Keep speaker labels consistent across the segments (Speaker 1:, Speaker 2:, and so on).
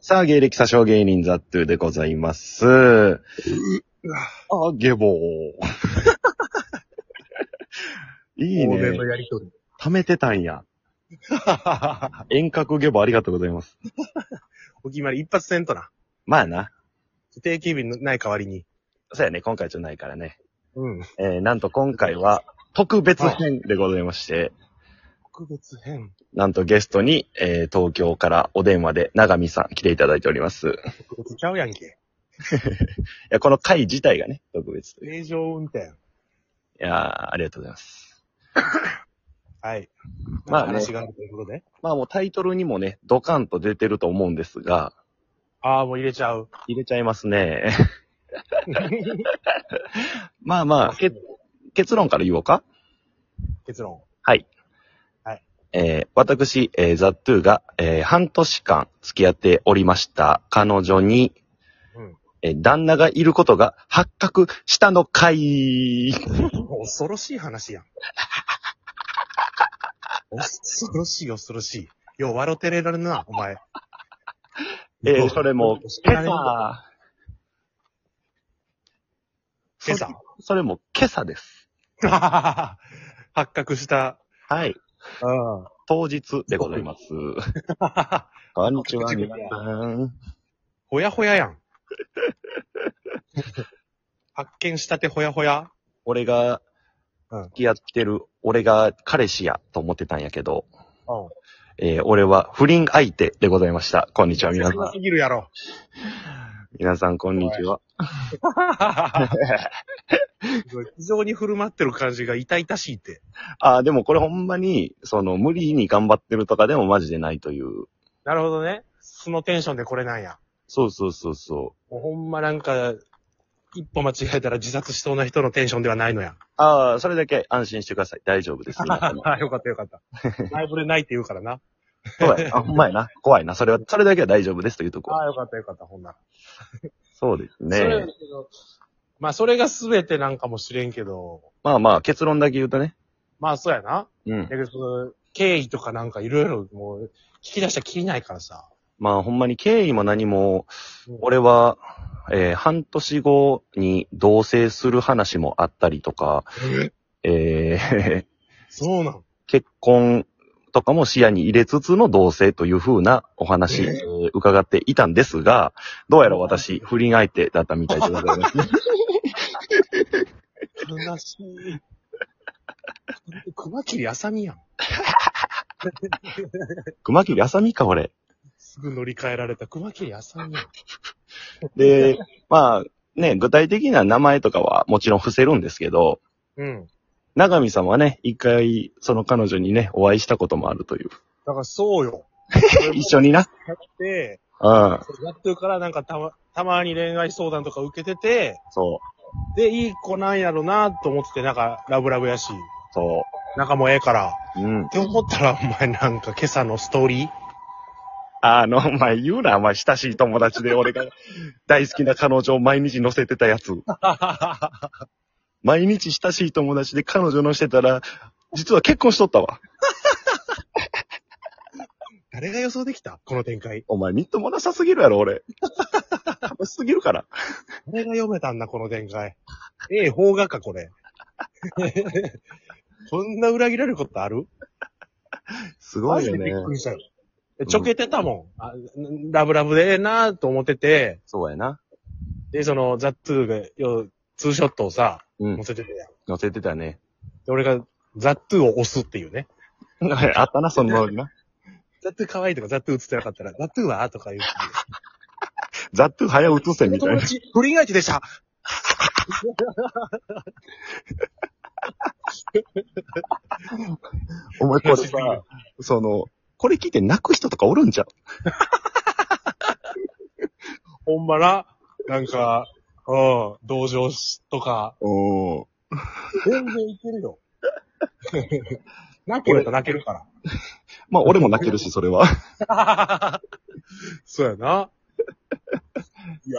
Speaker 1: さあ、芸歴詐称芸人ザットゥでございます。あ、ゲボー。いい
Speaker 2: 往年
Speaker 1: ね
Speaker 2: の。やりとり。
Speaker 1: 貯めてたんや。遠隔ゲボありがとうございます。
Speaker 2: お決まり一発せんとな。
Speaker 1: まあな。
Speaker 2: 定期日のない代わりに。
Speaker 1: そうやね、今回じゃないからね。
Speaker 2: うん。
Speaker 1: えー、なんと今回は特別編でございまして、
Speaker 2: 特別編。
Speaker 1: なんとゲストに、えー、東京からお電話で長見さん来ていただいております。い
Speaker 2: 特別ちゃうやんけ。
Speaker 1: や、この回自体がね、特別という。
Speaker 2: 正常運転。
Speaker 1: いやー、ありがとうございます。
Speaker 2: はい。
Speaker 1: まあね
Speaker 2: 話があるということで。
Speaker 1: まあもうタイトルにもね、ドカンと出てると思うんですが、
Speaker 2: ああ、もう入れちゃう。
Speaker 1: 入れちゃいますね。 まあまあ、け結論から言おうか
Speaker 2: 結論。
Speaker 1: はい。
Speaker 2: はい。
Speaker 1: えー私、えーザ・トゥが、えー半年間付き合っておりました彼女に、
Speaker 2: うん
Speaker 1: えー旦那がいることが発覚したのかい
Speaker 2: 恐ろしい話 やん。恐ろしい恐ろしい。よう笑ってれられるな、お前。
Speaker 1: えーそれも、今朝。
Speaker 2: 今朝
Speaker 1: そ。それも今朝です。
Speaker 2: 発覚した。
Speaker 1: はい。
Speaker 2: うん。
Speaker 1: 当日でございます。こんにちは、
Speaker 2: こんに
Speaker 1: 皆
Speaker 2: ちは
Speaker 1: さん。
Speaker 2: ほやほややん。発見したてほやほや。
Speaker 1: 俺が、
Speaker 2: うん
Speaker 1: 付き合ってる、俺が彼氏やと思ってたんやけど、
Speaker 2: うん。
Speaker 1: えー俺は不倫相手でございました。こんにちは、皆さ。
Speaker 2: 切なんすぎるやろ。
Speaker 1: 皆さん、こんにちは。
Speaker 2: 非常に振る舞ってる感じが痛々しいって。
Speaker 1: ああ、でもこれほんまに、その、無理に頑張ってるとかでもマジでないという。
Speaker 2: なるほどね。素のテンションでこれなんや。
Speaker 1: そうそうそうそう。
Speaker 2: もうほんまなんか、一歩間違えたら自殺しそうな人のテンションではないのや。
Speaker 1: ああ、それだけ安心してください。大丈夫です。皆様
Speaker 2: よかったよかった。ライブでないって言うから な。
Speaker 1: そうや。あ、ほんまやな。怖いな。それは、それだけは大丈夫ですというとこ。
Speaker 2: あ、よかったよかった、ほんなら。
Speaker 1: そうです
Speaker 2: それや
Speaker 1: ね
Speaker 2: け。どまあ、それが全てなんかもしれんけど、
Speaker 1: まあまあ、結論だけ言うとね。
Speaker 2: まあ、そうやな。
Speaker 1: うん。
Speaker 2: だけど、その、経緯とかなんかいろいろもう、聞き出したら切りないからさ。
Speaker 1: まあほんまに経緯も何も
Speaker 2: うん、
Speaker 1: 俺は、えー半年後に同棲する話もあったりとか、えー
Speaker 2: そうなん。
Speaker 1: 結婚とかも視野に入れつつの同棲というふうなお話、
Speaker 2: えー
Speaker 1: えー伺っていたんですが、どうやら私、不倫相手だったみたいでござい ますね。
Speaker 2: 悲しい。熊切あさみやん。
Speaker 1: 熊切あさみか、俺。
Speaker 2: すぐ乗り換えられた熊切あさみやん。
Speaker 1: で、まあ、ね、具体的な名前とかはもちろん伏せるんですけど、
Speaker 2: うん。
Speaker 1: 長見さんはね、一回、その彼女にね、お会いしたこともあると いう。
Speaker 2: だからそうよ。
Speaker 1: 一緒にな。
Speaker 2: やって、
Speaker 1: うん。
Speaker 2: やってるからなんかたま、たまに恋愛相談とか受けてて、
Speaker 1: そう。
Speaker 2: で、いい子なんやろなと思ってて、なんか、ラブラブやし、
Speaker 1: そ
Speaker 2: 仲もええから。
Speaker 1: う。うん
Speaker 2: っ。て思ったら、お前なんか今朝のストーリー
Speaker 1: あの、お前言うな、お前親しい友達で俺が大好きな彼女を毎日乗せてたやつ。 毎日親しい友達で彼女乗せてたら、実は結婚しとったわ。
Speaker 2: 誰が予想できたこの展開。
Speaker 1: お前みっともなさすぎるやろ、俺。楽しすぎるから。
Speaker 2: 誰が読めたんだ、この展開。ええ、邦画か、これ。 こんな裏切られることある
Speaker 1: す
Speaker 2: マ
Speaker 1: ごい
Speaker 2: ジ
Speaker 1: よ
Speaker 2: でび
Speaker 1: ね。
Speaker 2: っくりしたよ。ちょけてたもん。あラブラブでええなと思ってて、
Speaker 1: そうやな。
Speaker 2: で、その、ザッツーが、よ、ツーショットをさ、
Speaker 1: うん
Speaker 2: 載。せてたやん。
Speaker 1: 乗せてたね。
Speaker 2: で、俺が、ザッツーを押すっていうね。
Speaker 1: あったな、そのノリな。
Speaker 2: ザッツー可愛いとか、ザッツー映ってなかったら、ザッツーはとか言うて。
Speaker 1: ざっと早映せみたい
Speaker 2: 友
Speaker 1: な。
Speaker 2: 達、不倫相手でした
Speaker 1: お前これさ、その、これ聞いて泣く人とかおるんじゃん。
Speaker 2: ほんまな、なんか、うん、同情し、とか、
Speaker 1: うん。
Speaker 2: 全然いける よ。泣けると泣けるから。
Speaker 1: まあ俺も泣けるし、それは。
Speaker 2: そうやな。いや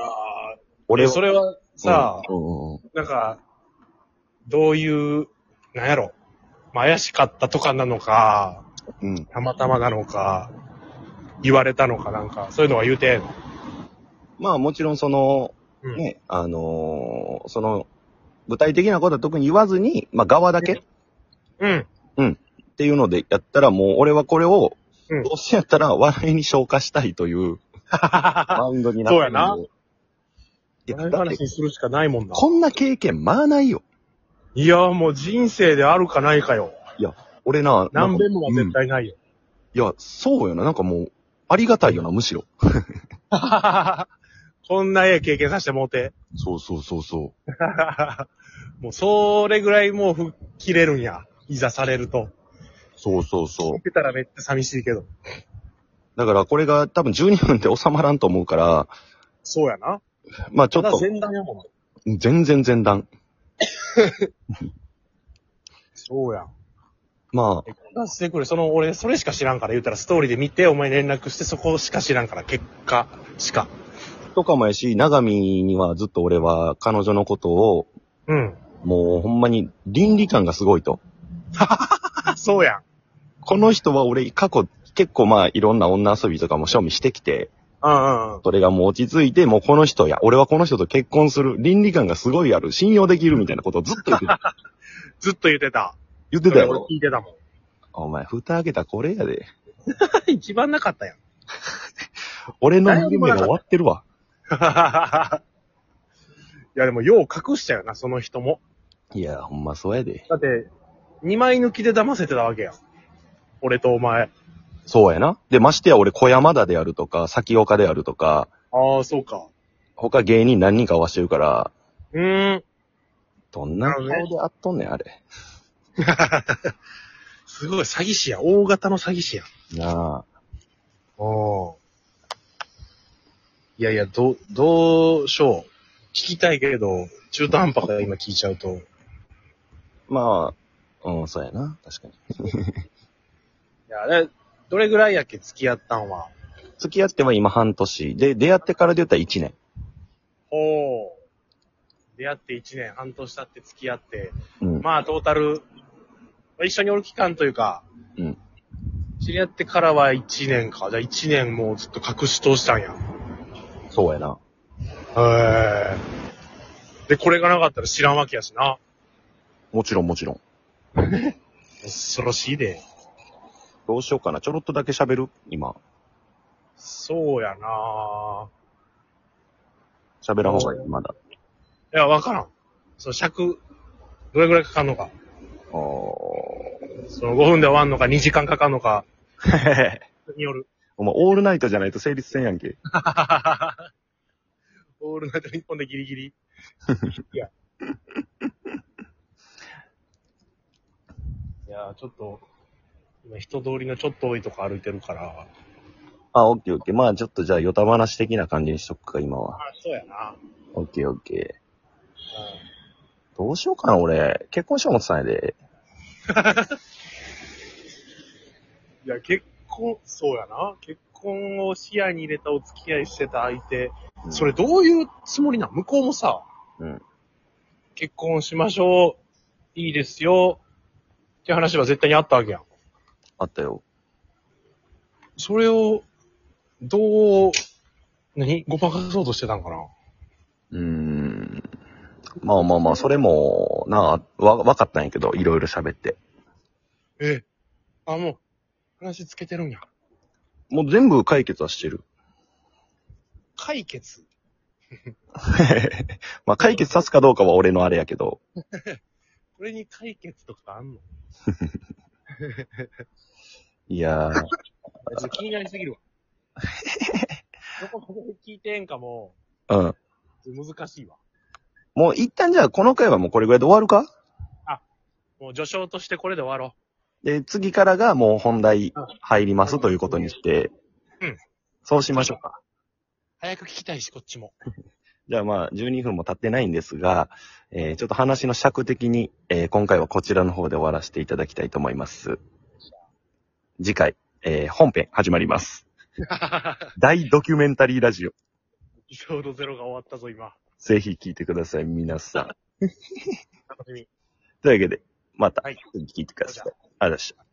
Speaker 1: 俺
Speaker 2: ー、それはさ、
Speaker 1: うんうん
Speaker 2: なんか、どういう、なんやろ、まあ怪しかったとかなのか、
Speaker 1: うん。
Speaker 2: たまたまなのか、言われたのかなんか、そういうのは言うてんの。
Speaker 1: まあもちろんその、
Speaker 2: うん
Speaker 1: ね、あのーその、具体的なことは特に言わずに、まあ側だけ
Speaker 2: うん。
Speaker 1: っていうのでやったらもう俺はこれを、
Speaker 2: うん
Speaker 1: どうせやったら笑いに消化したいと いうバウンドになってるんで
Speaker 2: そう
Speaker 1: いや
Speaker 2: そう
Speaker 1: だ
Speaker 2: いう
Speaker 1: って
Speaker 2: 話にするしかないもんな。
Speaker 1: こんな経験まあないよ。
Speaker 2: いや、もう人生であるかないかよ。
Speaker 1: 俺な、なんか
Speaker 2: 何べんもは
Speaker 1: うん
Speaker 2: 絶対ない よ。
Speaker 1: いや、そうよな。なんかもう、ありがたいよな、むしろ。
Speaker 2: こんなええ経験させてもうて。
Speaker 1: そうそうそうそ
Speaker 2: もうそれぐらいもう吹っ切れるんや。いざされると。
Speaker 1: う。そうそうそう
Speaker 2: 見。てたらめっちゃ寂しいけど。
Speaker 1: だからこれが多分12分で収まらんと思うから、
Speaker 2: そうやな。
Speaker 1: まあちょった
Speaker 2: だ
Speaker 1: と、
Speaker 2: 前段やもんな。
Speaker 1: 全然前段。
Speaker 2: そうやん。
Speaker 1: まあ、
Speaker 2: え、こんなんしてくれ。その、俺、それしか知らんから言うたら、ストーリーで見て、お前連絡して、そこしか知らんから、結果しか。
Speaker 1: とかもやし、長見にはずっと俺は彼女のことを、
Speaker 2: うん。
Speaker 1: もうほんまに倫理観がすごいと。
Speaker 2: あ、そうやん。
Speaker 1: この人は俺過去結構まあいろんな女遊びとかも賞味してきて、
Speaker 2: うんうんうん。
Speaker 1: それがもう落ち着いて、もうこの人や、俺はこの人と結婚する、倫理観がすごいある、信用できるみたいなことをずっと言ってた
Speaker 2: ずっと言ってた。
Speaker 1: 言ってた
Speaker 2: それ
Speaker 1: よ。
Speaker 2: 俺聞いてたもん。
Speaker 1: お前、蓋開けたこれやで。
Speaker 2: 一番なか ったやん。
Speaker 1: 俺の夢が終わってるわ。
Speaker 2: いや、でも、よう隠したよな、その人も。
Speaker 1: いや、ほんまそうやで。
Speaker 2: だって、二枚抜きで騙せてたわけやん。俺とお前。
Speaker 1: そうやな。で、ましてや俺小山田であるとか、先岡であるとか、
Speaker 2: ああ、そうか。
Speaker 1: 他芸人何人か合わしてるから、
Speaker 2: うーん。
Speaker 1: どんな顔であっとんねん、あれ。
Speaker 2: すごい、詐欺師や。大型の詐欺師や。
Speaker 1: なあ。
Speaker 2: ああ。いやいや、どう、どうしよう。聞きたいけれど、中途半端から今聞いちゃうと。い
Speaker 1: まあ、うん、そうやな。確かに。
Speaker 2: や、あれ、どれぐらいやっけ、付き合ったんは。
Speaker 1: 付き合っては今半年。で、出会ってからで言ったら1年。
Speaker 2: ほう。出会って1年、半年経って付き合って。
Speaker 1: うん。
Speaker 2: まあ、トータル、まあ一緒におる期間というか、
Speaker 1: うん。
Speaker 2: 知り合ってからは1年か。じゃあ1年もうずっと隠し通したんや。
Speaker 1: そうやな。
Speaker 2: へえ。で、これがなかったら知らんわけやしな。
Speaker 1: もちろんもちろん。
Speaker 2: 恐ろしいで。
Speaker 1: どうしようかな。ちょろっとだけ喋る今。
Speaker 2: そうやな
Speaker 1: 喋らん方がいい、まだ。
Speaker 2: いや、わからん。その尺、どれぐらいかかんのか。
Speaker 1: あー
Speaker 2: その5分で終わんのか、2時間かかんのか、による。
Speaker 1: お前、オールナイトじゃないと成立せんやんけ。
Speaker 2: オールナイト日本でギリギリ。いや。いや、ちょっと、今人通りのちょっと多いとこ歩いてるから。
Speaker 1: あ、オッケーオッケー。まあ、ちょっとじゃあ、ヨタ話的な感じにしとくか、今
Speaker 2: あ
Speaker 1: は。、
Speaker 2: そうやな。
Speaker 1: オッケーオッケー。どうしようかな、俺。結婚しよう思ってたんやで。
Speaker 2: いや、結婚、そうやな。結婚を視野に入れたお付き合いしてた相手。それどういうつもりなん向こうもさ、
Speaker 1: うん
Speaker 2: 結婚しましょう、いいですよ、って話は絶対にあったわけやん。
Speaker 1: あったよ。
Speaker 2: それを、どう、何ごまかそうとしてたんかな
Speaker 1: うーん。まあまあまあ、それも、なあ、わ、わかったんやけど、いろいろ喋って。
Speaker 2: え、あ、もう、話つけてるんや。
Speaker 1: もう全部解決はしてる。
Speaker 2: 解決。
Speaker 1: まあ、解決さすかどうかは俺のあれやけど。
Speaker 2: これに解決とかあんの
Speaker 1: いや ー、
Speaker 2: ちょっと気になりすぎるわ。 どここで聞いてんかも、
Speaker 1: うん。
Speaker 2: 難しいわ。
Speaker 1: もう一旦じゃあ、この回はもうこれぐらいで終わるか
Speaker 2: もう序章としてこれで終わろ
Speaker 1: で、次からがもう本題入りますということにして。
Speaker 2: うん。
Speaker 1: そうしましょうか。
Speaker 2: う。早く聞きたいし、こっち も。
Speaker 1: じゃあまあ、12分も経ってないんですが、えー、ちょっと話の尺的に、えー、今回はこちらの方で終わらせていただきたいと思います。次回、えー、本編始まります。大ドキュメンタリーラジオ。
Speaker 2: エピソードゼロが終わったぞ、今。
Speaker 1: ぜひ聞いてください、皆さん。
Speaker 2: 楽しみ。
Speaker 1: というわけで、また、
Speaker 2: はい
Speaker 1: 聞いてください。ありがとうございました。